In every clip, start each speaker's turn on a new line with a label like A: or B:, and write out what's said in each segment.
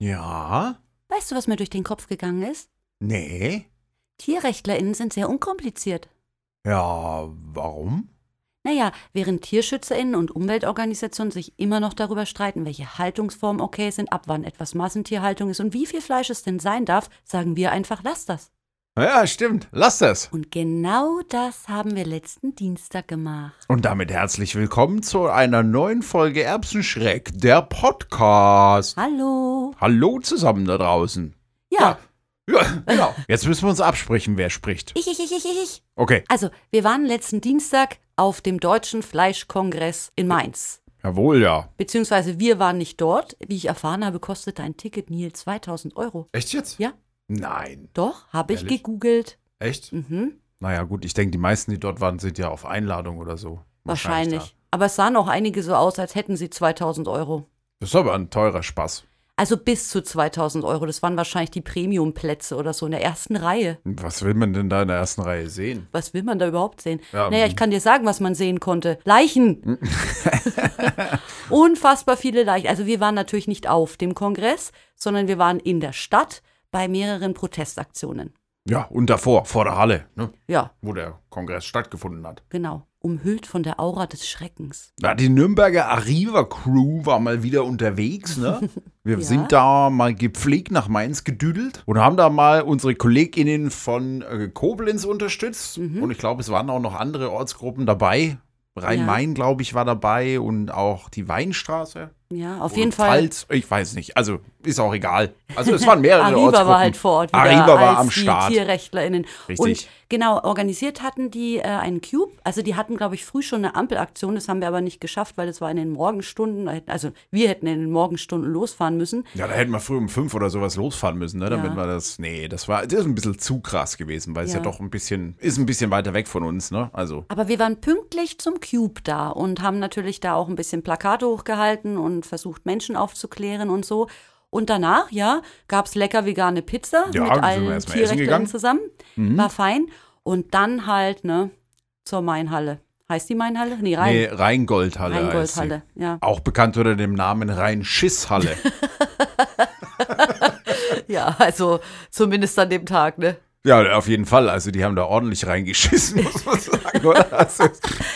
A: Ja?
B: Weißt du, was mir durch den Kopf gegangen ist?
A: Nee?
B: TierrechtlerInnen sind sehr unkompliziert.
A: Ja, warum?
B: Naja, während TierschützerInnen und Umweltorganisationen sich immer noch darüber streiten, welche Haltungsformen okay sind, ab wann etwas Massentierhaltung ist und wie viel Fleisch es denn sein darf, sagen wir einfach, lass das.
A: Ja, stimmt. Lass das.
B: Und genau das haben wir letzten Dienstag gemacht.
A: Und damit herzlich willkommen zu einer neuen Folge Erbsenschreck, der Podcast.
B: Hallo.
A: Hallo zusammen da draußen.
B: Ja,
A: Ja, genau. Jetzt müssen wir uns absprechen, wer spricht.
B: ich, ich, ich, ich, ich, ich.
A: Okay.
B: Also, wir waren letzten Dienstag auf dem Deutschen Fleischkongress in Mainz.
A: Jawohl, ja.
B: Beziehungsweise wir waren nicht dort. Wie ich erfahren habe, kostete ein Ticket Neil 2000 Euro.
A: Echt jetzt?
B: Ja,
A: Nein.
B: doch, habe ich
A: Ehrlich?
B: gegoogelt.
A: Echt?
B: Mhm,
A: Naja, gut, ich denke, die meisten, die dort waren, sind ja auf Einladung oder so.
B: wahrscheinlich. Aber es sahen auch einige so aus, als hätten sie 2000 Euro.
A: ja. Das ist aber ein teurer Spaß.
B: Also bis zu 2000 Euro. Das waren wahrscheinlich die Premium-Plätze oder so in der ersten Reihe.
A: Was will man denn da in der ersten Reihe sehen?
B: Was will man da überhaupt sehen?
A: Ja,
B: naja, ich kann dir sagen, was man sehen konnte. Leichen. Unfassbar viele Leichen. Also wir waren natürlich nicht auf dem Kongress, sondern wir waren in der Stadt bei mehreren Protestaktionen.
A: Ja, und davor, vor der Halle, ne?
B: Ja,
A: wo der Kongress stattgefunden hat.
B: genau. Umhüllt von der Aura des Schreckens.
A: Ja, die Nürnberger Arriva-Crew war mal wieder unterwegs, ne? Wir
B: Ja.
A: sind da mal gepflegt nach Mainz gedüdelt und haben da mal unsere KollegInnen von äh, Koblenz unterstützt.
B: Mhm.
A: Und ich glaube, es waren auch noch andere Ortsgruppen dabei. Rhein-Main, glaube ich, war dabei und auch die Weinstraße.
B: Ja, auf
A: Oder
B: jeden Fall.
A: Pfalz, ich weiß nicht. Also, ist auch egal. Also, es waren mehrere
B: Arriva
A: Ortsgruppen.
B: war halt vor Ort wieder
A: Arriva war
B: als
A: am
B: die
A: Start.
B: TierrechtlerInnen.
A: Richtig.
B: Und genau, organisiert hatten die äh, einen Cube. Also die hatten, glaube ich, früh schon eine Ampelaktion. Das haben wir aber nicht geschafft, weil das war in den Morgenstunden. Also wir hätten in den Morgenstunden losfahren müssen.
A: Ja, da hätten wir früh um fünf oder sowas losfahren müssen, ne? Damit
B: Ja.
A: wir das. Nee, das war. Das ist ein bisschen zu krass gewesen, weil es ja
B: Ja.
A: doch ein bisschen. Ist ein bisschen weiter weg von uns, ne? Also.
B: Aber wir waren pünktlich zum Cube da und haben natürlich da auch ein bisschen Plakate hochgehalten und versucht, Menschen aufzuklären und so. Und danach, ja, gab es lecker vegane Pizza
A: Ja,
B: mit
A: sind wir
B: allen
A: erst mal essen gegangen.
B: Tierrechtlern
A: Mhm.
B: zusammen. War fein. Und dann halt, ne, zur Mainhalle. Heißt die Mainhalle? Nee, Rhein.
A: Nee, Rheingoldhalle. heißt sie.
B: Rheingoldhalle, ja.
A: Auch bekannt unter dem Namen Rheinschisshalle.
B: Ja, also zumindest an dem Tag, ne?
A: ja, auf jeden Fall. Also, die haben da ordentlich reingeschissen, muss man sagen, oder? Also,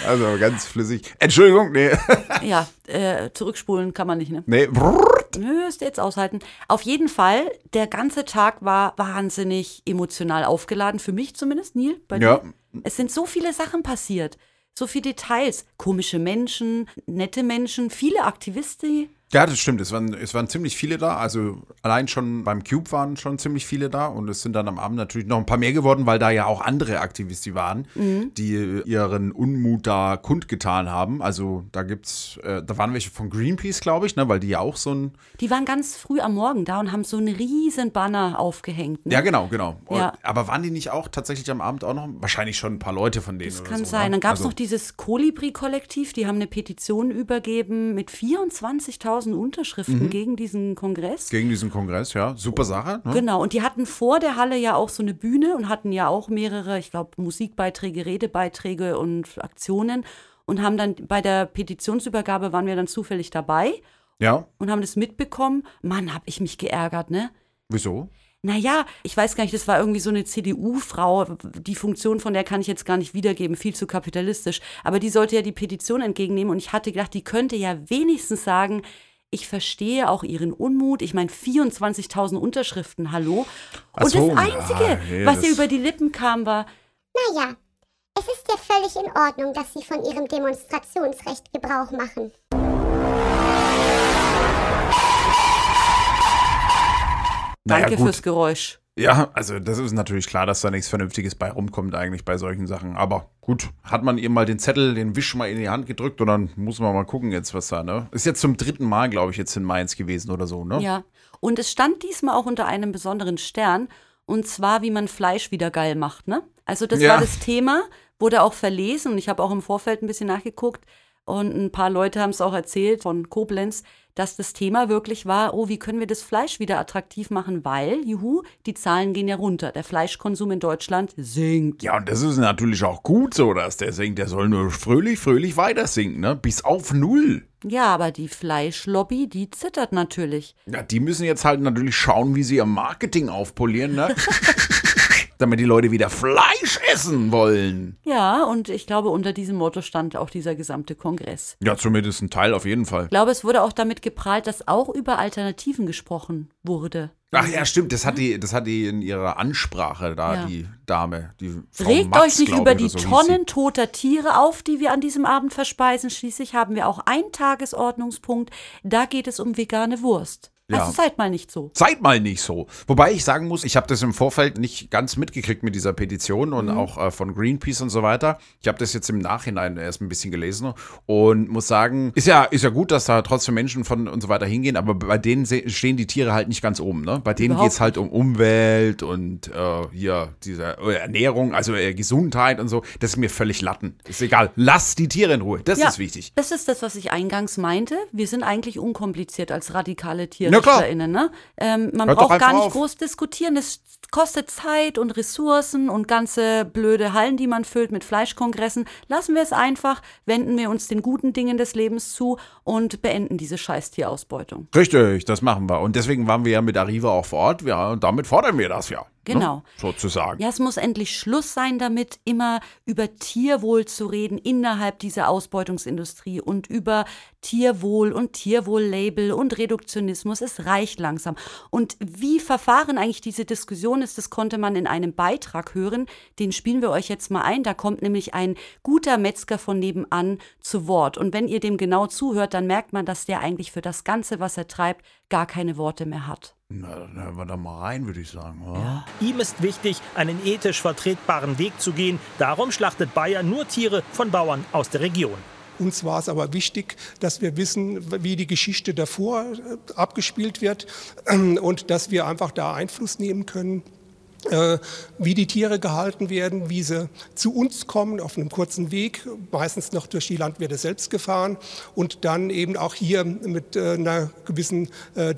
A: also ganz flüssig. Entschuldigung, nee.
B: Ja, äh, zurückspulen kann man nicht, ne?
A: Nee, brrrt.
B: Müsst ihr jetzt aushalten. Auf jeden Fall, der ganze Tag war wahnsinnig emotional aufgeladen, für mich zumindest, Neil. Bei
A: Ja.
B: dir? Es sind so viele Sachen passiert, so viele Details. Komische Menschen, nette Menschen, viele Aktivisten.
A: Ja, das stimmt. Es waren, es waren ziemlich viele da. Also allein schon beim Cube waren schon ziemlich viele da. Und es sind dann am Abend natürlich noch ein paar mehr geworden, weil da ja auch andere Aktivisten waren,
B: Mhm.
A: die ihren Unmut da kundgetan haben. Also da gibt's, äh, da waren welche von Greenpeace, glaube ich, ne, weil die ja auch so ein.
B: Die waren ganz früh am Morgen da und haben so einen riesen Banner aufgehängt. Ne?
A: Ja, genau, genau. Und-
B: Ja.
A: Aber waren die nicht auch tatsächlich am Abend auch noch? Wahrscheinlich schon ein paar Leute von denen.
B: Das
A: oder
B: kann
A: so,
B: sein.
A: ne?
B: Dann gab es
A: Also-
B: noch dieses Kolibri-Kollektiv, die haben eine Petition übergeben mit 24.000 Unterschriften
A: Mhm.
B: gegen diesen Kongress.
A: Gegen diesen Kongress, ja. Super Sache. Ne?
B: Genau, und die hatten vor der Halle ja auch so eine Bühne und hatten ja auch mehrere, ich glaube, Musikbeiträge, Redebeiträge und Aktionen und haben dann bei der Petitionsübergabe waren wir dann zufällig dabei
A: Ja.
B: und haben das mitbekommen. Mann, hab ich mich geärgert, ne?
A: Wieso?
B: Naja, ich weiß gar nicht, das war irgendwie so eine CDU-Frau. Die Funktion von der kann ich jetzt gar nicht wiedergeben, viel zu kapitalistisch. Aber die sollte ja die Petition entgegennehmen und ich hatte gedacht, die könnte ja wenigstens sagen, ich verstehe auch ihren Unmut. Ich meine, 24.000 Unterschriften, hallo.
A: Ach
B: Und
A: so,
B: das Einzige,
A: ja, nee,
B: was
A: das-
B: ihr über die Lippen kam, war,
C: Naja, es ist ja völlig in Ordnung, dass Sie von Ihrem Demonstrationsrecht Gebrauch machen.
B: danke fürs Geräusch.
A: Ja, also das ist natürlich klar, dass da nichts Vernünftiges bei rumkommt eigentlich bei solchen Sachen. Aber gut, hat man ihr mal den Zettel, den Wisch mal in die Hand gedrückt und dann muss man mal gucken jetzt, was da, ne? Ist jetzt zum dritten Mal, glaube ich, jetzt in Mainz gewesen oder so, ne?
B: Ja. Und es stand diesmal auch unter einem besonderen Stern. Und zwar, wie man Fleisch wieder geil macht, ne? Also, das
A: Ja.
B: war das Thema, wurde auch verlesen und ich habe auch im Vorfeld ein bisschen nachgeguckt. Und ein paar Leute haben es auch erzählt von Koblenz, dass das Thema wirklich war, oh, wie können wir das Fleisch wieder attraktiv machen, weil, juhu, die Zahlen gehen ja runter. Der Fleischkonsum in Deutschland sinkt.
A: Ja, und das ist natürlich auch gut so, dass der sinkt. Der soll nur fröhlich, fröhlich weiter sinken, ne? Bis auf null.
B: Ja, aber die Fleischlobby, die zittert natürlich.
A: Ja, die müssen jetzt halt natürlich schauen, wie sie ihr Marketing aufpolieren, ne? Damit die Leute wieder Fleisch essen wollen.
B: Ja, und ich glaube, unter diesem Motto stand auch dieser gesamte Kongress.
A: Ja, zumindest ein Teil auf jeden Fall.
B: Ich glaube, es wurde auch damit geprahlt, dass auch über Alternativen gesprochen wurde.
A: Ach ja, stimmt, das hat die, das hat die in ihrer Ansprache da,
B: Hm. Ja.
A: die Dame. Die Frau
B: Regt
A: Matz,
B: euch nicht
A: glaub
B: über
A: ich,
B: die
A: oder so hieß sie.
B: Tonnen toter Tiere auf, die wir an diesem Abend verspeisen. Schließlich haben wir auch einen Tagesordnungspunkt. Da geht es um vegane Wurst.
A: Ja.
B: Also seid mal nicht so.
A: Seid mal nicht so. Wobei ich sagen muss, ich habe das im Vorfeld nicht ganz mitgekriegt mit dieser Petition und
B: Mhm.
A: auch äh, von Greenpeace und so weiter. Ich habe das jetzt im Nachhinein erst ein bisschen gelesen und muss sagen, ist ja, ist ja gut, dass da trotzdem Menschen von und so weiter hingehen, aber bei denen se- stehen die Tiere halt nicht ganz oben. Ne? Bei denen
B: Überhaupt
A: geht es halt um Umwelt und äh, hier diese äh, Ernährung, also äh, Gesundheit und so. Das ist mir völlig Latten. Ist egal. Lass die Tiere in Ruhe. Das
B: Ja,
A: ist wichtig.
B: Das ist das, was ich eingangs meinte. Wir sind eigentlich unkompliziert als radikale
A: Na klar.
B: TierrichterInnen. Ne? Ähm, man
A: Hört doch
B: braucht gar
A: einfach
B: nicht
A: auf.
B: groß diskutieren. Es kostet Zeit und Ressourcen und ganze blöde Hallen, die man füllt mit Fleischkongressen. Lassen wir es einfach, wenden wir uns den guten Dingen des Lebens zu und beenden diese Scheißtierausbeutung.
A: Richtig, das machen wir. Und deswegen waren wir ja mit Arriva auch vor Ort. Ja, und damit fordern wir das ja. ne?
B: Genau.
A: sozusagen.
B: Ja, es muss endlich Schluss sein damit, immer über Tierwohl zu reden innerhalb dieser Ausbeutungsindustrie und über Tierwohl und Tierwohl-Label und Reduktionismus. Es reicht langsam. Und wie verfahren eigentlich diese Diskussion ist, das konnte man in einem Beitrag hören. Den spielen wir euch jetzt mal ein. Da kommt nämlich ein guter Metzger von nebenan zu Wort. Und wenn ihr dem genau zuhört, dann merkt man, dass der eigentlich für das Ganze, was er treibt, gar keine Worte mehr hat.
A: Na, dann hören wir da mal rein, würde ich sagen. Oder?
D: Ihm ist wichtig, einen ethisch vertretbaren Weg zu gehen. Darum schlachtet Bayer nur Tiere von Bauern aus der Region.
E: Uns war es aber wichtig, dass wir wissen, wie die Geschichte davor äh, abgespielt wird und dass wir einfach da Einfluss nehmen können, äh, wie die Tiere gehalten werden, wie sie zu uns kommen auf einem kurzen Weg, meistens noch durch die Landwirte selbst gefahren und dann eben auch hier mit äh, einer gewissen äh,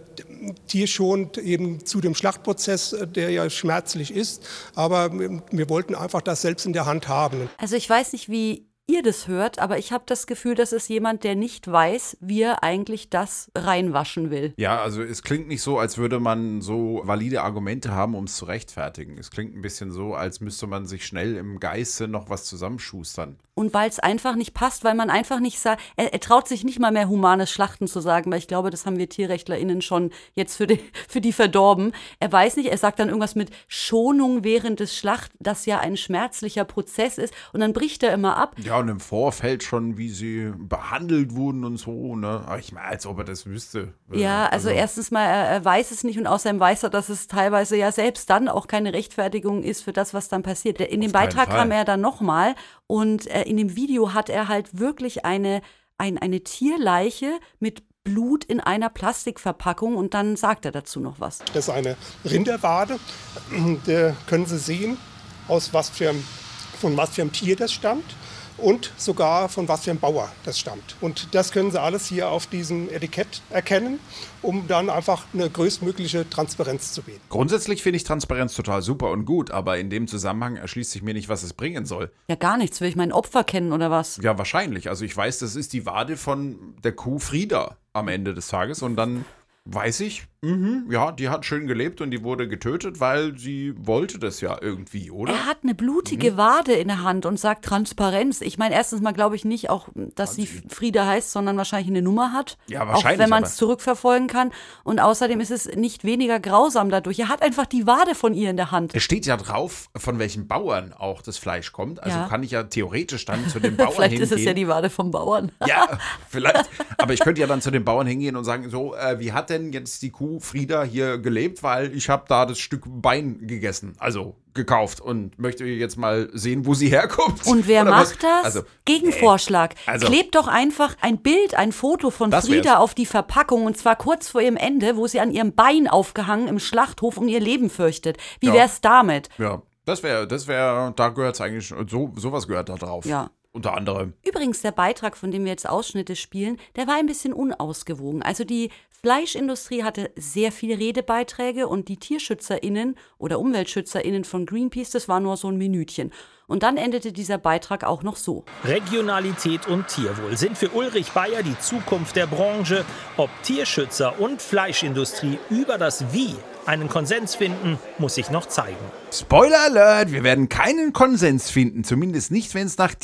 E: Tierschonend eben zu dem Schlachtprozess, äh, der ja schmerzlich ist. Aber wir wir wollten einfach das selbst in der Hand haben.
B: Also ich weiß nicht, wie ihr das hört, aber ich habe das Gefühl, das ist jemand, der nicht weiß, wie er eigentlich das reinwaschen will.
A: Ja, also es klingt nicht so, als würde man so valide Argumente haben, um es zu rechtfertigen. Es klingt ein bisschen so, als müsste man sich schnell im Geiste noch was zusammenschustern.
B: Und weil es einfach nicht passt, weil man einfach nicht sagt, er, er traut sich nicht mal mehr humanes Schlachten zu sagen, weil ich glaube, das haben wir TierrechtlerInnen schon jetzt für die, für die verdorben. Er weiß nicht, er sagt dann irgendwas mit Schonung während des Schlacht, das ja ein schmerzlicher Prozess ist und dann bricht er immer ab.
A: Ja, und im Vorfeld schon, wie sie behandelt wurden und so, ne? Aber ich meine, als ob er das wüsste. Äh,
B: Ja, also, erstens mal, er, er weiß es nicht und außerdem weiß er, dass es teilweise ja selbst dann auch keine Rechtfertigung ist für das, was dann passiert. In dem
A: Auf keinen
B: Beitrag kam
A: Fall.
B: er dann nochmal und äh, in dem Video hat er halt wirklich eine, ein, eine Tierleiche mit Blut in einer Plastikverpackung und dann sagt er dazu noch was.
E: Das ist eine Rinderwade. Da können Sie sehen, aus was für einem, von was für einem Tier das stammt und sogar von was für einem Bauer das stammt. Und das können Sie alles hier auf diesem Etikett erkennen, um dann einfach eine größtmögliche Transparenz zu bieten.
A: Grundsätzlich finde ich Transparenz total super und gut, aber in dem Zusammenhang erschließt sich mir nicht, was es bringen soll.
B: Ja, gar nichts. Will ich mein Opfer kennen oder was?
A: Ja, wahrscheinlich. Also ich weiß, das ist die Wade von der Kuh Frieda am Ende des Tages. Und dann weiß ich, mhm, ja, die hat schön gelebt und die wurde getötet, weil sie wollte das ja irgendwie, oder?
B: Er hat eine
A: Mhm.
B: blutige Wade in der Hand und sagt Transparenz. Ich meine, erstens mal glaube ich nicht auch, dass sie Frieda heißt, sondern wahrscheinlich eine Nummer hat.
A: Ja, wahrscheinlich,
B: Auch wenn man es
A: aber-
B: zurückverfolgen kann. Und außerdem ist es nicht weniger grausam dadurch. Er hat einfach die Wade von ihr in der Hand.
A: Es steht ja drauf, von welchen Bauern auch das Fleisch kommt. Also
B: Ja.
A: kann ich ja theoretisch dann zu den Bauern
B: Vielleicht
A: hingehen.
B: ist es ja die Wade vom Bauern.
A: Ja, vielleicht. Aber ich könnte ja dann zu den Bauern hingehen und sagen, so, äh, wie hat denn jetzt die Kuh Frieda hier gelebt? Weil ich habe da das Stück Bein gegessen, also gekauft und möchte jetzt mal sehen, wo sie herkommt.
B: Und wer
A: Oder was?
B: macht das?
A: Also,
B: Gegenvorschlag.
A: also-
B: Klebt doch einfach ein Bild, ein Foto von
A: Das
B: Frieda
A: wär's.
B: auf die Verpackung und zwar kurz vor ihrem Ende, wo sie an ihrem Bein aufgehangen im Schlachthof um ihr Leben fürchtet. Wie
A: Ja.
B: wär's damit?
A: ja, das wäre, das wäre, da gehört es eigentlich, so, sowas gehört da drauf.
B: Ja.
A: Unter anderem.
B: Übrigens, der Beitrag, von dem wir jetzt Ausschnitte spielen, der war ein bisschen unausgewogen. Also die Fleischindustrie hatte sehr viele Redebeiträge und die Tierschützerinnen oder Umweltschützerinnen von Greenpeace, das war nur so ein Minütchen. Und dann endete dieser Beitrag auch noch so.
D: Regionalität und Tierwohl sind für Ulrich Bayer die Zukunft der Branche. Ob Tierschützer und Fleischindustrie über das Wie einen Konsens finden, muss sich noch zeigen.
A: Spoiler Alert, wir werden keinen Konsens finden, zumindest nicht, wenn es nach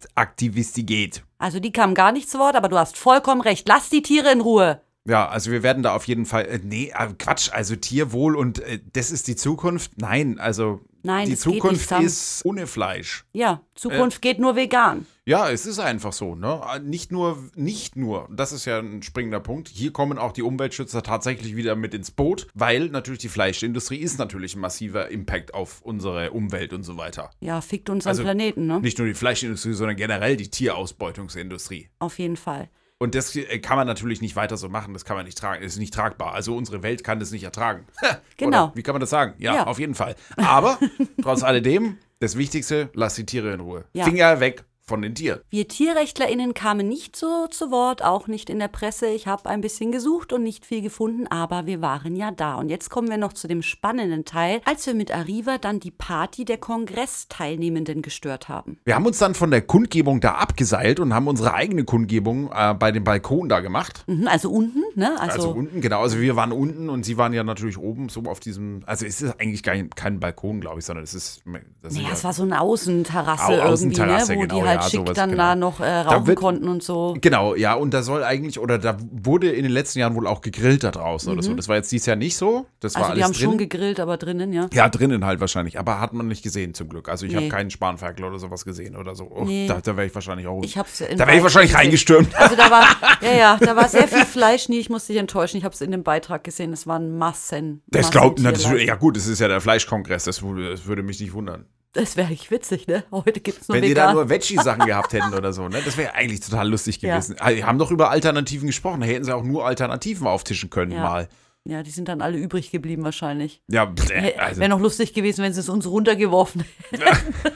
A: Tierrechtaktivisti geht.
B: Also die kamen gar nicht zu Wort, aber du hast vollkommen recht. Lass die Tiere in Ruhe.
A: Ja, also wir werden da auf jeden Fall. Äh, nee, äh, Quatsch, also Tierwohl und äh, das ist die Zukunft. Nein, also
B: Nein,
A: die
B: das geht nicht
A: Zukunft
B: zusammen.
A: ist ohne Fleisch.
B: Ja, Zukunft geht nur vegan.
A: Ja, es ist einfach so, ne? Nicht nur, nicht nur, das ist ja ein springender Punkt. Hier kommen auch die Umweltschützer tatsächlich wieder mit ins Boot, weil natürlich die Fleischindustrie ist natürlich ein massiver Impact auf unsere Umwelt und so weiter. Also
B: Ja, fickt unseren Planeten, ne?
A: Nicht nur die Fleischindustrie, sondern generell die Tierausbeutungsindustrie.
B: Auf jeden Fall.
A: Und das äh, kann man natürlich nicht weiter so machen, das kann man nicht tragen, ist nicht tragbar. Also unsere Welt kann das nicht ertragen.
B: Genau.
A: Oder wie kann man das sagen? Ja,
B: Ja.
A: auf jeden Fall. Aber trotz alledem, das Wichtigste, lass die Tiere in Ruhe.
B: Ja.
A: Finger weg von den Tieren.
B: Wir TierrechtlerInnen kamen nicht so zu Wort, auch nicht in der Presse. Ich habe ein bisschen gesucht und nicht viel gefunden, aber wir waren ja da. Und jetzt kommen wir noch zu dem spannenden Teil, als wir mit Arriva dann die Party der Kongressteilnehmenden gestört haben.
A: Wir haben uns dann von der Kundgebung da abgeseilt und haben unsere eigene Kundgebung äh, bei dem Balkon da gemacht.
B: Mhm, also unten, ne? Also,
A: Also unten, genau. Also wir waren unten und sie waren ja natürlich oben, so auf diesem. Also es ist eigentlich kein, kein Balkon, glaube ich, sondern es ist. Das sind
B: naja,
A: ja-
B: es war so eine Außenterrasse
A: Au-
B: irgendwie, ne?
A: Außenterrasse,
B: wo
A: genau,
B: die halt
A: ja,
B: schick
A: sowas,
B: dann
A: genau.
B: da noch äh, rauchen
A: wird-
B: konnten und so.
A: Genau, ja, und da soll eigentlich, oder da wurde in den letzten Jahren wohl auch gegrillt da draußen oder so. Das war jetzt dieses Jahr nicht so. Das war
B: Mhm. Also die
A: alles
B: haben
A: drin.
B: schon gegrillt, aber drinnen, ja.
A: ja, drinnen halt wahrscheinlich, aber hat man nicht gesehen zum Glück. Also ich habe
B: Nee.
A: keinen Spanferkel oder sowas gesehen oder so. Oh,
B: Nee.
A: Da, da wäre ich wahrscheinlich auch.
B: Ich hab's in
A: da wäre ich
B: beiden
A: wahrscheinlich
B: gesehen.
A: reingestürmt.
B: Also da war, ja, ja, da war sehr viel Fleisch. Nee, ich muss dich enttäuschen. Ich habe es in dem Beitrag gesehen. Es waren Massen.
A: Das
B: Massen
A: glaubt, na, das,
B: Tierleid.
A: ja gut, es ist ja der Fleischkongress, das, würde- das würde mich nicht wundern.
B: Das wäre echt witzig, ne? Heute gibt's nur
A: Wenn die da
B: vegan.
A: nur Veggie-Sachen gehabt hätten oder so, ne? Das wäre eigentlich total lustig
B: Ja.
A: gewesen. Also, die haben doch über Alternativen gesprochen, da hätten sie auch nur Alternativen auftischen können
B: Ja.
A: mal.
B: ja, die sind dann alle übrig geblieben wahrscheinlich.
A: Ja, pff, äh, also,
B: Wäre noch lustig gewesen, wenn sie es uns runtergeworfen hätten.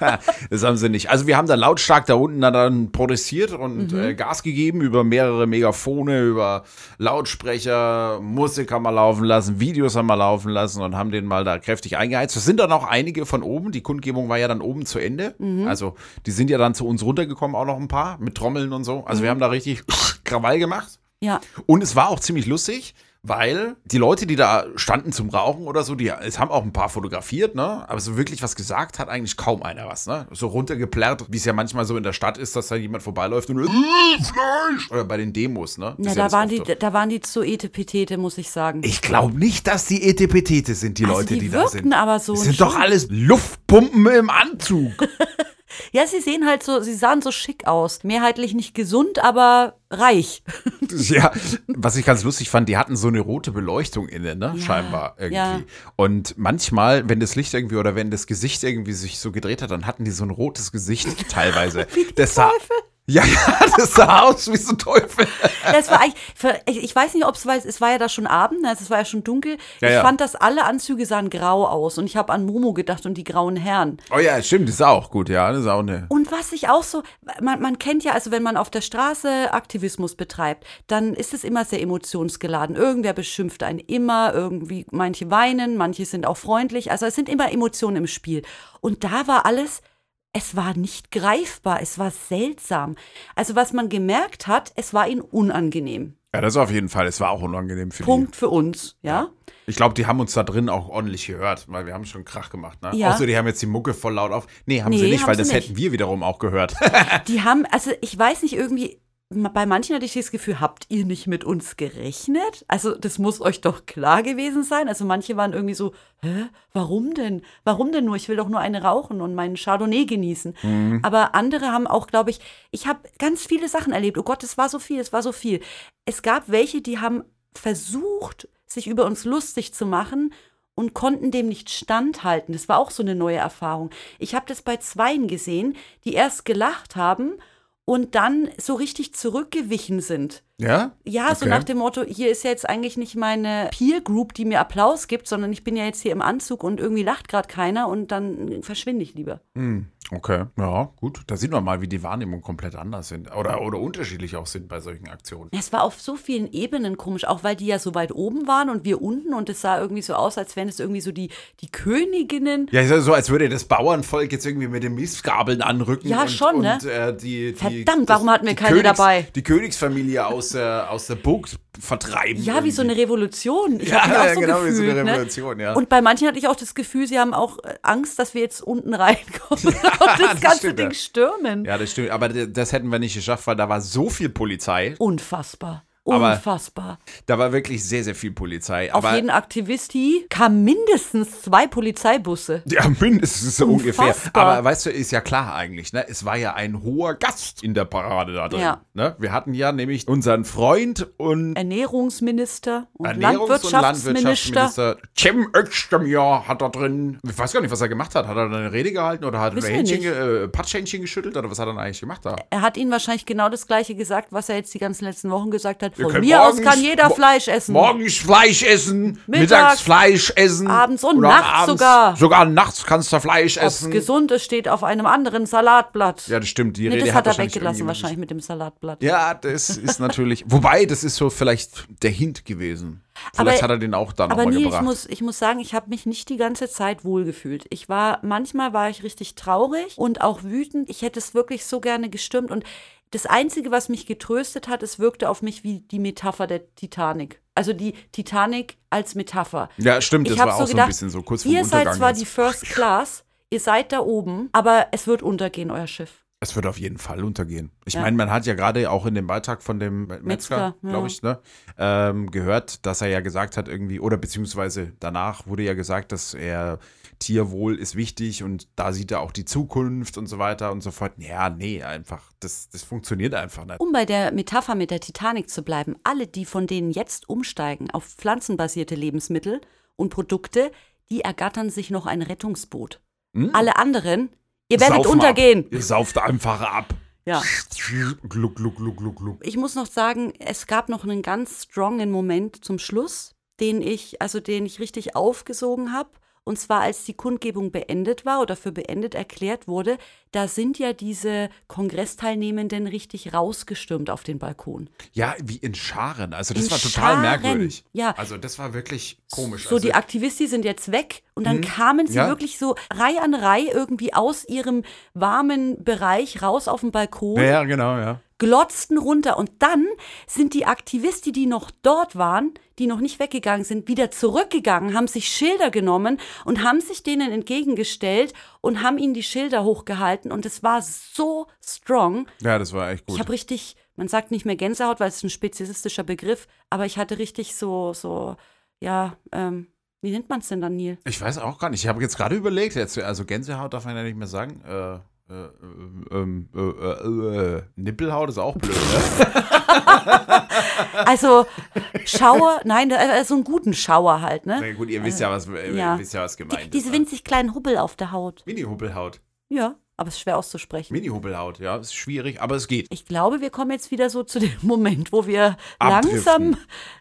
A: das haben sie nicht. Also wir haben dann lautstark da unten dann, dann protestiert und äh, Gas gegeben über mehrere Megafone, über Lautsprecher, Musik haben wir laufen lassen, Videos haben wir laufen lassen und haben den mal da kräftig eingeheizt. Es sind dann auch einige von oben, die Kundgebung war ja dann oben zu Ende. Also die sind ja dann zu uns runtergekommen, auch noch ein paar, mit Trommeln und so. Also wir haben da richtig Krawall gemacht.
B: Ja,
A: Und es war auch ziemlich lustig, weil die Leute, die da standen zum Rauchen oder so, die es haben auch ein paar fotografiert, ne? Aber so wirklich was gesagt hat eigentlich kaum einer was, ne? So runtergeplärrt, wie es ja manchmal so in der Stadt ist, dass da jemand vorbeiläuft und "Äh, Fleisch oder bei den Demos, ne?
B: na,
A: Ist
B: da,
A: das
B: waren
A: oft
B: die,
A: so.
B: da waren die zu etepetete, muss ich sagen.
A: Ich glaube nicht, dass die Etepetete sind, die
B: Also
A: Leute,
B: die
A: die, da
B: wirkten
A: sind.
B: aber so
A: Das sind
B: schon.
A: doch alles Luftpumpen im Anzug.
B: ja, sie sehen halt so, sie sahen so schick aus. Mehrheitlich nicht gesund, aber reich.
A: Ja, was ich ganz lustig fand, die hatten so eine rote Beleuchtung innen, ne? Scheinbar irgendwie.
B: ja.
A: Und manchmal, wenn das Licht irgendwie oder wenn das Gesicht irgendwie sich so gedreht hat, dann hatten die so ein rotes Gesicht teilweise. wie das sah, Teufel? Ja, ja, das sah aus wie so ein Teufel.
B: Das war eigentlich, für- ich ich weiß nicht, ob es war, es war ja da schon Abend, also es war ja schon dunkel.
A: Ja,
B: ich
A: ja.
B: fand, dass alle Anzüge sahen grau aus und ich habe an Momo gedacht und die grauen Herren.
A: Oh ja, stimmt, das ist auch gut, ja. Das ist auch eine.
B: Und was ich auch so, man, man kennt ja, also wenn man auf der Straße Aktivismus betreibt, dann ist es immer sehr emotionsgeladen. Irgendwer beschimpft einen immer, irgendwie, manche weinen, manche sind auch freundlich. Also es sind immer Emotionen im Spiel. Und da war alles, es war nicht greifbar, es war seltsam. Also was man gemerkt hat, es war ihnen unangenehm.
A: Ja, das auf jeden Fall. Es war auch unangenehm für
B: Punkt für uns, ja?
A: die. Ich glaube, die haben uns da drin auch ordentlich gehört, weil wir haben schon Krach gemacht, ne?
B: Ja.
A: Außer die haben jetzt die Mucke voll laut auf. Nee, haben
B: Nee,
A: sie nicht,
B: haben
A: weil
B: sie
A: das
B: nicht.
A: hätten wir wiederum auch gehört.
B: Die haben, also ich weiß nicht, irgendwie, ma- bei manchen hatte ich das Gefühl, habt ihr nicht mit uns gerechnet? Also das muss euch doch klar gewesen sein. Also manche waren irgendwie so, hä, warum denn? Warum denn nur? Ich will doch nur eine rauchen und meinen Chardonnay genießen. Aber andere haben auch, glaube ich, ich habe ganz viele Sachen erlebt. Oh Gott, es war so viel, es war so viel. Es gab welche, die haben versucht, sich über uns lustig zu machen und konnten dem nicht standhalten. Das war auch so eine neue Erfahrung. Ich habe das bei Zweien gesehen, die erst gelacht haben und dann so richtig zurückgewichen sind.
A: ja?
B: Ja, so
A: Okay.
B: nach dem Motto, hier ist ja jetzt eigentlich nicht meine Peer Group, die mir Applaus gibt, sondern ich bin ja jetzt hier im Anzug und irgendwie lacht gerade keiner und dann verschwinde ich lieber.
A: Okay, ja, gut. Da sieht man mal, wie die Wahrnehmungen komplett anders sind oder, oder unterschiedlich auch sind bei solchen Aktionen.
B: Ja, Es war auf so vielen Ebenen komisch, auch weil die ja so weit oben waren und wir unten und es sah irgendwie so aus, als wären es irgendwie so die, die Königinnen.
A: Ja, ist ja so, als würde das Bauernvolk jetzt irgendwie mit den Mistgabeln anrücken.
B: Ja,
A: und,
B: schon,
A: und,
B: ne?
A: Äh, die, die,
B: Verdammt, warum hatten wir
A: die
B: keine dabei?
A: Die Königsfamilie aus der, aus der Burg vertreiben.
B: Ja, wie so eine
A: irgendwie.
B: Revolution. Ich
A: Ja,
B: hab mich auch
A: ja,
B: so
A: genau, wie
B: gefühlt,
A: so eine
B: ne?
A: Revolution, ja.
B: Und bei manchen hatte ich auch das Gefühl, sie haben auch äh, Angst, dass wir jetzt unten reinkommen und das
A: das
B: ganze
A: stimmt,
B: Ding
A: ja.
B: stürmen.
A: Ja, das stimmt. Aber d- das hätten wir nicht geschafft, weil da war so viel Polizei.
B: Unfassbar.
A: Aber-
B: Unfassbar.
A: Da war wirklich sehr, sehr viel Polizei.
B: Auf
A: aber
B: jeden Aktivisti kamen mindestens zwei Polizeibusse.
A: Ja, mindestens so ungefähr.
B: Unfassbar.
A: Aber weißt du, ist ja klar eigentlich, ne? Es war ja ein hoher Gast in der Parade da drin.
B: Ja.
A: Ne? Wir hatten ja nämlich unseren Freund und
B: Ernährungsminister und
A: Ernährungs- und
B: Äh, Landwirtschaftsminister.
A: Landwirtschaftsminister Cem Özdemir hat da drin, ich weiß gar nicht, was er gemacht hat. Hat er da eine Rede gehalten oder hat er
B: Wissen wir
A: Hähnchen,
B: nicht. Äh,
A: ge- äh, Patschhähnchen geschüttelt oder was hat er denn eigentlich gemacht da?
B: Er hat ihnen wahrscheinlich genau das Gleiche gesagt, was er jetzt die ganzen letzten Wochen gesagt hat.
A: Wir
B: Von
A: können
B: mir aus
A: morgens-
B: kann jeder
A: mo-
B: Fleisch essen.
A: Morgens Fleisch essen, mittags,
B: Mittags,
A: Fleisch essen.
B: abends und
A: oder
B: nachts sogar.
A: Sogar nachts kannst du Fleisch
B: Ob's
A: essen.
B: gesund ist, steht auf einem anderen Salatblatt.
A: Ja, das stimmt. Die
B: nee,
A: Rede
B: das hat er
A: wahrscheinlich
B: weggelassen,
A: irgendjemand
B: wahrscheinlich mit dem Salatblatt.
A: Ja, das ist natürlich. wobei, das ist so vielleicht der Hint gewesen. Vielleicht hat er den auch da
B: Aber
A: nochmal
B: nee,
A: gebracht.
B: ich muss, ich muss sagen, ich habe mich nicht die ganze Zeit wohlgefühlt. Ich war, manchmal war ich richtig traurig und auch wütend. Ich hätte es wirklich so gerne gestürmt. Und das Einzige, was mich getröstet hat, es wirkte auf mich wie die Metapher der Titanic. Also die Titanic als Metapher.
A: ja, stimmt, das
B: hab
A: war auch so ein bisschen so kurz vor
B: Ihr
A: Untergang.
B: seid halt zwar
A: jetzt.
B: die First Class, ihr seid da oben, aber es wird untergehen, euer Schiff.
A: es wird auf jeden Fall untergehen. Ich
B: Ja.
A: meine, man hat ja gerade auch in dem Beitrag von dem Metzger,
B: Metzger, ja.
A: glaube ich, ne, ähm, gehört, dass er ja gesagt hat irgendwie, oder beziehungsweise danach wurde ja gesagt, dass er Tierwohl ist wichtig und da sieht er auch die Zukunft und so weiter und so fort. Ja, nee, einfach, das, das funktioniert einfach nicht.
B: Um bei der Metapher mit der Titanic zu bleiben, alle, die von denen jetzt umsteigen auf pflanzenbasierte Lebensmittel und Produkte, die ergattern sich noch ein Rettungsboot. Alle anderen, ihr werdet
A: Sauf mal
B: untergehen.
A: Ab. Ihr sauft einfach ab.
B: Ja.
A: Gluck, gluck, gluck, gluck, gluck.
B: Ich muss noch sagen, es gab noch einen ganz strongen Moment zum Schluss, den ich, also den ich richtig aufgesogen habe. Und zwar, als die Kundgebung beendet war oder für beendet erklärt wurde, da sind ja diese Kongressteilnehmenden richtig rausgestürmt auf den Balkon.
A: Ja, wie in Scharen. Also das
B: In
A: war total
B: Scharen,
A: merkwürdig.
B: ja.
A: Also das war wirklich komisch.
B: So,
A: also, Mhm.
B: die Aktivisten sind jetzt weg und dann kamen sie
A: ja.
B: wirklich so Reihe an Reihe irgendwie aus ihrem warmen Bereich raus auf den Balkon,
A: ja, ja, genau, ja.
B: glotzten runter und dann sind die Aktivisten, die noch dort waren, die noch nicht weggegangen sind, wieder zurückgegangen, haben sich Schilder genommen und haben sich denen entgegengestellt und haben ihnen die Schilder hochgehalten und es war so strong.
A: Ja, das war echt
B: Ich
A: gut.
B: habe richtig, man sagt nicht mehr Gänsehaut, weil es ist ein speziesistischer Begriff, aber ich hatte richtig so, so, ja, ähm, wie nennt man es denn dann, Neil?
A: Ich weiß auch gar nicht. Ich habe jetzt gerade überlegt, jetzt, also Gänsehaut darf man ja nicht mehr sagen. Äh, äh, ähm, äh, äh, äh, Nippelhaut ist auch blöd, ne? Ah.
B: Also Schauer, nein, da- äh, so einen guten Schauer halt,
A: Na
B: ne?
A: gut, ihr wisst ja, was, äh,
B: ja.
A: Ihr wisst ja, was
B: Die,
A: gemeint
B: diese
A: ist. Ne?
B: winzig kleinen Hubbel auf der Haut.
A: Mini-Huppelhaut.
B: Ja, aber es ist schwer auszusprechen.
A: Mini-Huppelhaut, ja, ist schwierig, aber es geht.
B: Ich glaube, wir kommen jetzt wieder so zu dem Moment, wo wir
A: Abdriften.
B: langsam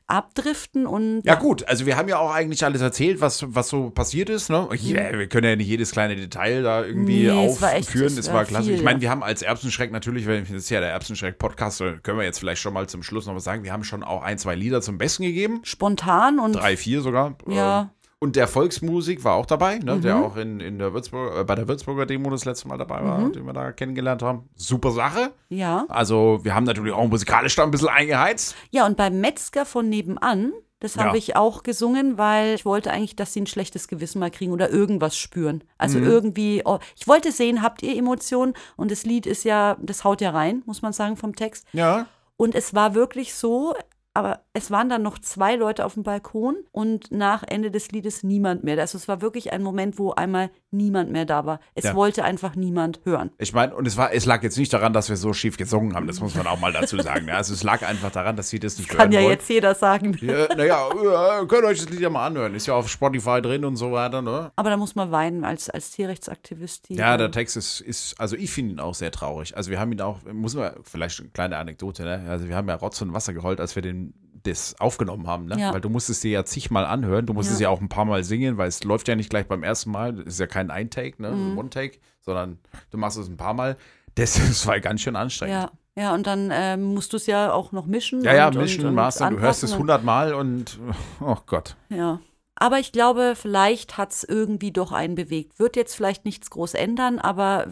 B: abdriften und
A: Ja, gut, also wir haben ja auch eigentlich alles erzählt, was, was so passiert ist. Ne? Yeah, wir können ja nicht jedes kleine Detail da irgendwie
B: Mhm. Nee, es war echt-
A: aufführen.
B: es
A: Es
B: war
A: war klasse.
B: viel,
A: Ich meine,
B: ja.
A: wir haben als Erbsenschreck natürlich, weil das ist ja der Erbsenschreck-Podcast, da können wir jetzt vielleicht schon mal zum Schluss noch was sagen. Wir haben schon auch ein, zwei Lieder zum Besten gegeben.
B: spontan und
A: Drei, vier sogar.
B: Ja. Mhm.
A: Ähm, Und der Volksmusik war auch dabei, ne? der auch in, in der Würzburg, äh, bei der Würzburger Demo das letzte Mal dabei war,
B: Mhm.
A: den wir da kennengelernt haben. Super Sache.
B: ja.
A: Also, wir haben natürlich auch musikalisch da ein bisschen eingeheizt.
B: Ja, und beim Metzger von nebenan, das
A: Ja.
B: habe ich auch gesungen, weil ich wollte eigentlich, dass sie ein schlechtes Gewissen mal kriegen oder irgendwas spüren. Also
A: Mhm.
B: irgendwie, oh, ich wollte sehen, habt ihr Emotionen? Und das Lied ist ja, das haut ja rein, muss man sagen, vom Text.
A: Ja.
B: Und es war wirklich so, aber es waren dann noch zwei Leute auf dem Balkon und nach Ende des Liedes niemand mehr. Also es war wirklich ein Moment, wo einmal niemand mehr da war. Es
A: Ja.
B: wollte einfach niemand hören.
A: Ich meine, und es, war, es lag jetzt nicht daran, dass wir so schief gesungen haben, das muss man auch mal dazu sagen. ne? Also es lag einfach daran, dass sie das nicht
B: Kann
A: hören
B: ja
A: wollten.
B: jetzt jeder sagen.
A: Ja, naja, äh, könnt ihr euch das Lied ja mal anhören. Ist ja auf Spotify drin und so weiter, ne?
B: Aber da muss man weinen als, als Tierrechtsaktivistin.
A: Ja, der Text ist, ist also ich finde ihn auch sehr traurig. Also wir haben ihn auch, muss man, vielleicht eine kleine Anekdote, ne? Also wir haben ja Rotz und Wasser geheult, als wir den das aufgenommen haben, ne?
B: Ja.
A: Weil du musstest dir ja zigmal anhören, du musstest
B: Ja.
A: ja.
B: Mhm.
A: auch ein paar Mal singen, weil es läuft ja nicht gleich beim ersten Mal, das ist ja kein Ein-Take, ne? One-Take, sondern du machst es ein paar Mal. Das, das war ganz schön anstrengend.
B: Ja, ja und dann ähm, musst du es ja auch noch mischen.
A: Ja, ja,
B: und,
A: mischen und mastern. Du hörst es
B: anpassen und-
A: hundertmal und oh Gott.
B: Ja. Aber ich glaube, vielleicht hat es irgendwie doch einen bewegt. Wird jetzt vielleicht nichts groß ändern, aber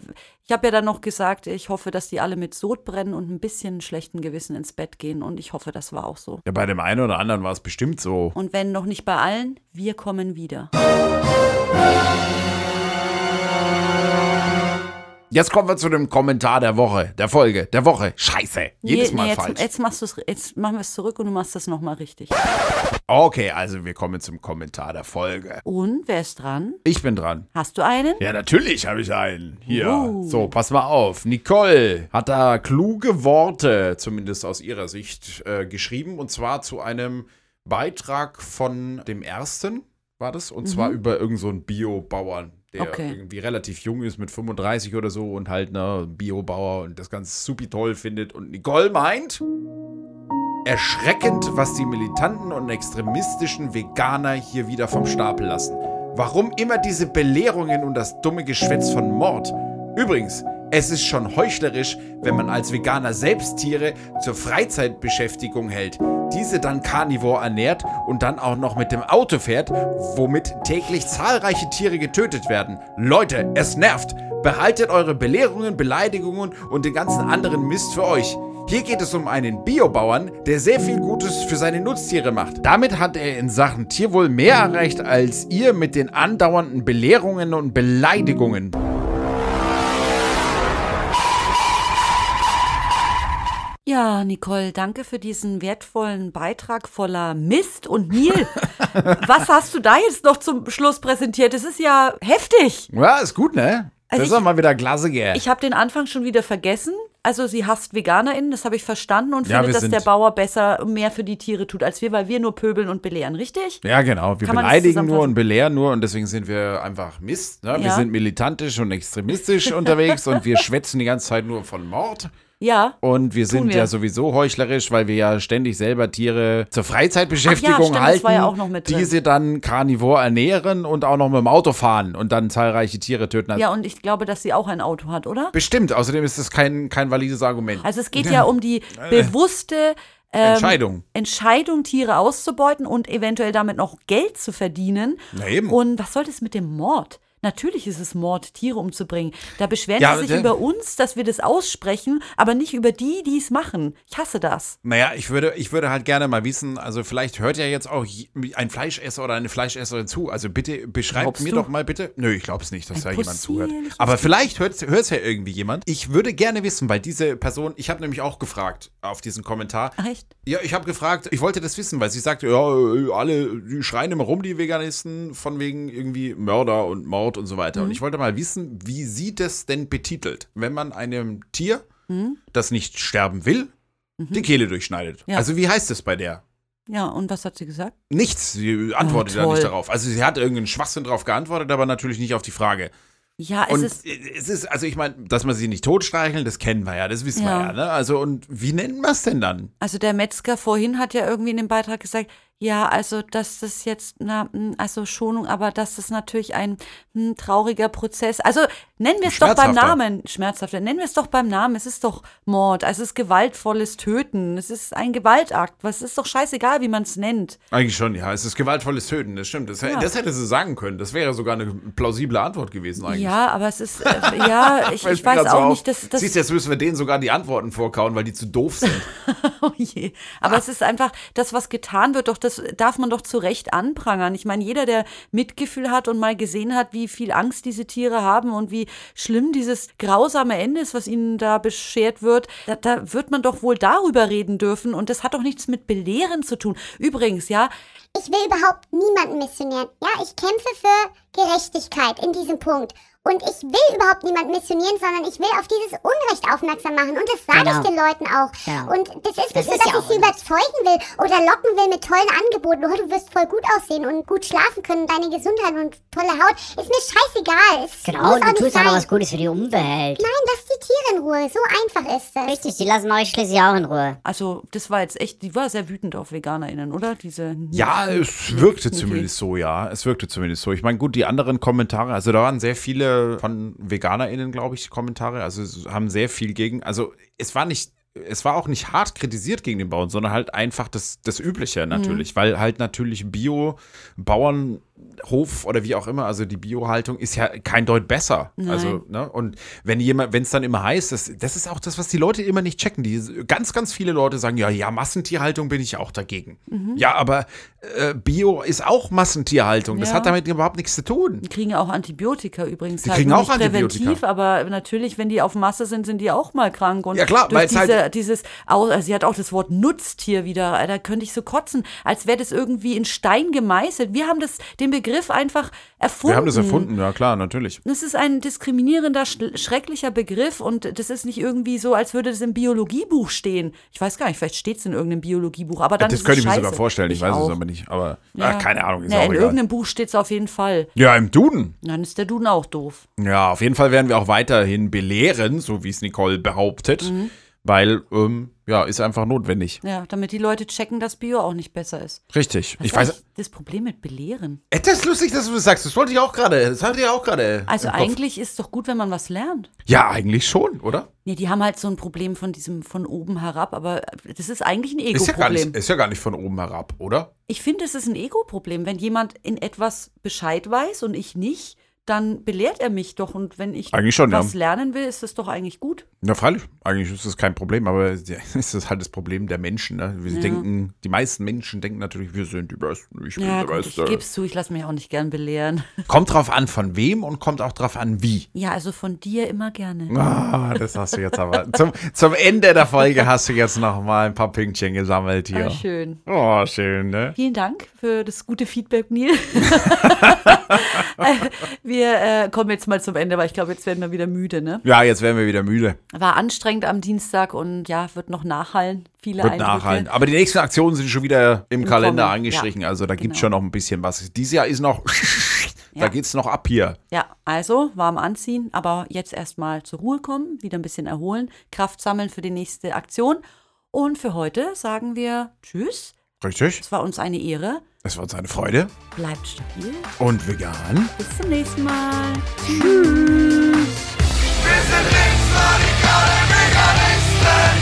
B: ich habe ja dann noch gesagt, ich hoffe, dass die alle mit Sod brennen und ein bisschen schlechten Gewissen ins Bett gehen. Und ich hoffe, das war auch so.
A: Ja, bei dem einen oder anderen war es bestimmt so.
B: Und wenn noch nicht bei allen, wir kommen wieder.
A: Jetzt kommen wir zu dem Kommentar der Woche, der Folge, der Woche. Scheiße. Jedes
B: Nee,
A: Mal
B: nee, jetzt,
A: falsch.
B: Jetzt, machst du's, jetzt machen wir es zurück und du machst das nochmal richtig.
A: Okay, also wir kommen zum Kommentar der Folge.
B: Und wer ist dran?
A: Ich bin dran.
B: Hast du einen?
A: Ja, natürlich habe ich einen. Hier.
B: Uh.
A: So, pass mal auf. Nicole hat da kluge Worte, zumindest aus ihrer Sicht, äh, geschrieben. Und zwar zu einem Beitrag von dem ersten, war das? Und zwar über irgendeinen so einen Biobauern, der
B: Mhm. Okay.
A: irgendwie relativ jung ist, mit 35 oder so und halt, ne, Biobauer und das ganz supi toll findet. Und Nicole meint. Erschreckend, was die militanten und extremistischen Veganer hier wieder vom Stapel lassen. Warum immer diese Belehrungen und das dumme Geschwätz von Mord? Übrigens, es ist schon heuchlerisch, wenn man als Veganer selbst Tiere zur Freizeitbeschäftigung hält, diese dann karnivor ernährt und dann auch noch mit dem Auto fährt, womit täglich zahlreiche Tiere getötet werden. Leute, es nervt! Behaltet eure Belehrungen, Beleidigungen und den ganzen anderen Mist für euch. Hier geht es um einen Biobauern, der sehr viel Gutes für seine Nutztiere macht. Damit hat er in Sachen Tierwohl mehr erreicht als ihr mit den andauernden Belehrungen und Beleidigungen.
B: Ja, Nicole, danke für diesen wertvollen Beitrag voller Mist und Nil. Was hast du da jetzt noch zum Schluss präsentiert? Das ist ja heftig.
A: Ja, ist gut, ne?
B: Also
A: das ist
B: ich-
A: doch mal wieder klasse, gell?
B: Ich habe den Anfang schon wieder vergessen. Also sie hasst VeganerInnen, das habe ich verstanden und
A: Ja, wir
B: findet, dass
A: sind-
B: der Bauer besser mehr für die Tiere tut als wir, weil wir nur pöbeln und belehren, richtig?
A: Ja, genau. Wir
B: Kann man das
A: beleidigen nur
B: zusammenfassen?
A: und belehren nur und deswegen sind wir einfach Mist. Ne? Wir
B: Ja.
A: sind militantisch und extremistisch unterwegs und wir schwätzen die ganze Zeit nur von Mord.
B: Ja.
A: Und wir sind
B: wir.
A: ja sowieso heuchlerisch, weil wir ja ständig selber Tiere zur Freizeitbeschäftigung
B: Ach ja, stimmt, das
A: halten,
B: war ja auch noch mit drin.
A: diese dann karnivor ernähren und auch noch mit dem Auto fahren und dann zahlreiche Tiere töten. Also
B: Ja, und ich glaube, dass sie auch ein Auto hat, oder?
A: Bestimmt, außerdem ist das kein, kein valides Argument.
B: Also es geht ja um die
A: Äh.
B: bewusste ähm,
A: Entscheidung.
B: Entscheidung, Tiere auszubeuten und eventuell damit noch Geld zu verdienen.
A: Na eben.
B: Und was soll das mit dem Mord? Natürlich ist es Mord, Tiere umzubringen. Da beschweren
A: Ja,
B: sie sich
A: der-
B: über uns, dass wir das aussprechen, aber nicht über die, die es machen. Ich hasse das.
A: Naja, ich würde, ich würde halt gerne mal wissen, also vielleicht hört ja jetzt auch je- ein Fleischesser oder eine Fleischesserin zu. Also bitte beschreibt
B: Glaubst
A: mir
B: du?
A: doch mal bitte. Nö, ich glaube es nicht, dass da jemand zuhört.
B: possierliches
A: Aber vielleicht hört es ja irgendwie jemand. Ich würde gerne wissen, weil diese Person, ich habe nämlich auch gefragt auf diesen Kommentar.
B: Echt?
A: Ja, ich habe gefragt, ich wollte das wissen, weil sie sagte, ja, äh, alle die schreien immer rum, die Veganisten, von wegen irgendwie Mörder und Mord und so weiter.
B: Mhm.
A: Und ich wollte mal wissen, wie sie das denn betitelt, wenn man einem Tier, das nicht sterben will, die Kehle durchschneidet.
B: Mhm. Ja.
A: Also wie heißt das bei der?
B: Ja, und was hat sie gesagt?
A: Nichts, sie antwortet
B: Oh,
A: ja nicht
B: toll.
A: darauf. Also sie hat irgendeinen Schwachsinn darauf geantwortet, aber natürlich nicht auf die Frage.
B: Ja, es
A: Und
B: ist.
A: es ist, also ich meine, dass man sie nicht totstreicheln, das kennen wir ja, das wissen wir
B: Ja.
A: ja. Ne? Also und wie nennen wir es denn dann?
B: Also der Metzger vorhin hat ja irgendwie in dem Beitrag gesagt, ja, also dass das jetzt, na, hm, also Schonung, aber das ist natürlich ein hm, trauriger Prozess. Also nennen wir es doch beim
A: Schmerzhafter.
B: Namen, schmerzhafter, nennen wir es doch beim Namen. Es ist doch Mord, also es ist gewaltvolles Töten, es ist ein Gewaltakt. Was ist doch scheißegal, wie man es nennt.
A: Eigentlich schon, ja. Es ist gewaltvolles Töten, das stimmt. Das, das hätte sie sagen können. Das wäre sogar eine plausible Antwort gewesen eigentlich.
B: Ja, aber es ist, äh, ja, ich,
A: Fällt
B: ich
A: mir
B: weiß
A: grad so
B: auch
A: auf.
B: nicht, dass das.
A: Siehst du, jetzt müssen wir denen sogar die Antworten vorkauen, weil die zu doof sind.
B: Oh je. Aber es ist einfach, das, was getan wird, doch, das darf man doch zu Recht anprangern. Ich meine, jeder, der Mitgefühl hat und mal gesehen hat, wie viel Angst diese Tiere haben und wie schlimm dieses grausame Ende ist, was ihnen da beschert wird, da, da wird man doch wohl darüber reden dürfen. Und das hat doch nichts mit Belehren zu tun. Übrigens, ja,
C: Ich will überhaupt niemanden missionieren. Ja, ich kämpfe für Gerechtigkeit in diesem Punkt. Und ich will überhaupt niemanden missionieren, sondern ich will auf dieses Unrecht aufmerksam machen. Und das sage
F: Genau.
C: ich den Leuten auch. Und das ist nicht so, dass ich sie überzeugen will oder locken will mit tollen Angeboten. Oh, du wirst voll gut aussehen und gut schlafen können, deine Gesundheit und tolle Haut. Ist mir scheißegal. Es
F: Genau,
C: muss auch
F: und du
C: nicht
F: tust
C: sein.
F: aber was Gutes für die Umwelt.
C: Nein, lass die Tiere in Ruhe. So einfach ist es.
F: Richtig, die lassen euch schließlich auch in Ruhe.
B: also das war jetzt echt, die war sehr wütend auf VeganerInnen, oder? Diese.
A: ja, es wirkte zumindest so, ja. Es wirkte zumindest so. Ich meine, gut, die anderen Kommentare, also da waren sehr viele viele von VeganerInnen, glaube ich, Kommentare. Also es haben sehr viel gegen. Also es war nicht. Es war auch nicht hart kritisiert gegen den Bauern, sondern halt einfach das, das Übliche
B: Mhm.
A: natürlich, weil halt natürlich Bio-Bauernhof oder wie auch immer, also die Biohaltung ist ja kein Deut besser. Also, ne? Und wenn jemand, wenn es dann immer heißt, das, das ist auch das, was die Leute immer nicht checken. Die ganz, ganz viele Leute sagen, ja, ja, Massentierhaltung bin ich auch dagegen.
B: Mhm.
A: Ja, aber äh, Bio ist auch Massentierhaltung. Das
B: Ja.
A: hat damit überhaupt nichts zu tun.
B: Die kriegen ja auch Antibiotika übrigens. halt
A: Die kriegen auch
B: präventiv,
A: Antibiotika.
B: aber natürlich, wenn die auf Masse sind, sind die auch mal krank. Und
A: Ja, klar,
B: durch
A: weil's
B: diese,
A: halt-
B: dieses, Au- also sie hat auch das Wort Nutztier wieder, da könnte ich so kotzen, als wäre das irgendwie in Stein gemeißelt. Wir haben das, den Begriff einfach erfunden.
A: Wir haben das erfunden, ja klar, natürlich.
B: Das ist ein diskriminierender, schl- schrecklicher Begriff und das ist nicht irgendwie so, als würde das im Biologiebuch stehen. Ich weiß gar nicht, vielleicht steht es in irgendeinem Biologiebuch, aber dann
A: das
B: ist
A: könnte ich mir
B: scheiße.
A: sogar vorstellen, ich, weiß
B: auch.
A: es aber nicht. Aber
B: Ja.
A: ach, keine Ahnung, ist
B: Na,
A: auch
B: In
A: egal.
B: irgendeinem Buch steht es auf jeden Fall.
A: Ja, im Duden.
B: Dann ist der Duden auch doof.
A: Ja, auf jeden Fall werden wir auch weiterhin belehren, so wie es Nicole behauptet,
B: Mhm.
A: weil, ähm, ja, ist einfach notwendig.
B: Ja, damit die Leute checken, dass Bio auch nicht besser ist.
A: Richtig.
B: Was
A: Ich weiß.
B: ist Das Problem mit Belehren.
A: Äh, Das ist lustig, dass du das sagst. Das wollte ich auch gerade. Das hatte ich auch gerade.
B: Also
A: im Kopf.
B: eigentlich ist doch gut, wenn man was lernt.
A: Ja, eigentlich schon, oder?
B: Nee, die haben halt so ein Problem von diesem von oben herab, aber das ist eigentlich ein
A: Ist ja, gar nicht,
B: Ego-Problem.
A: ist ja gar nicht von oben herab, oder?
B: Ich finde, es ist ein Ego-Problem. Wenn jemand in etwas Bescheid weiß und ich nicht, dann belehrt er mich doch. Und wenn ich
A: Eigentlich schon, ja.
B: was lernen will, ist das doch eigentlich gut.
A: Na, freilich. Eigentlich ist das kein Problem, aber es ist halt das Problem der Menschen. Ne? Wir denken, die meisten Menschen denken natürlich, wir sind die Besten, ich bin
B: Ja,
A: der
B: gut, ich
A: Beste.
B: gebe es zu, ich lasse mich auch nicht gern belehren.
A: Kommt drauf an, von wem und kommt auch drauf an, wie.
B: Ja, also von dir immer gerne.
A: Ah, das hast du jetzt aber. Zum, zum Ende der Folge hast du jetzt noch mal ein paar Pünktchen gesammelt hier.
B: Ah, schön.
A: Oh, schön, ne?
B: Vielen Dank für das gute Feedback, Neil. Äh, wir äh, kommen jetzt mal zum Ende, weil ich glaube, jetzt werden wir wieder müde. Ne?
A: Ja, jetzt werden wir wieder müde.
B: War anstrengend am Dienstag und ja, wird noch nachhallen. Viele
A: Wird
B: Eindrücke.
A: nachhallen. Aber die nächsten Aktionen sind schon wieder im, Kalender
B: Kommen,
A: angestrichen.
B: ja.
A: Also da gibt's
B: Genau.
A: schon noch ein bisschen was. Dieses Jahr ist noch. Da
B: Ja.
A: geht's noch ab hier.
B: Ja, also warm anziehen, aber jetzt erstmal zur Ruhe kommen, wieder ein bisschen erholen, Kraft sammeln für die nächste Aktion. Und für heute sagen wir Tschüss.
A: Richtig?
B: Es war uns eine Ehre.
A: Das war uns eine Freude.
B: Bleibt stabil.
A: Und vegan.
B: Bis zum nächsten Mal.
G: Wir sind links, radikale Veganisten.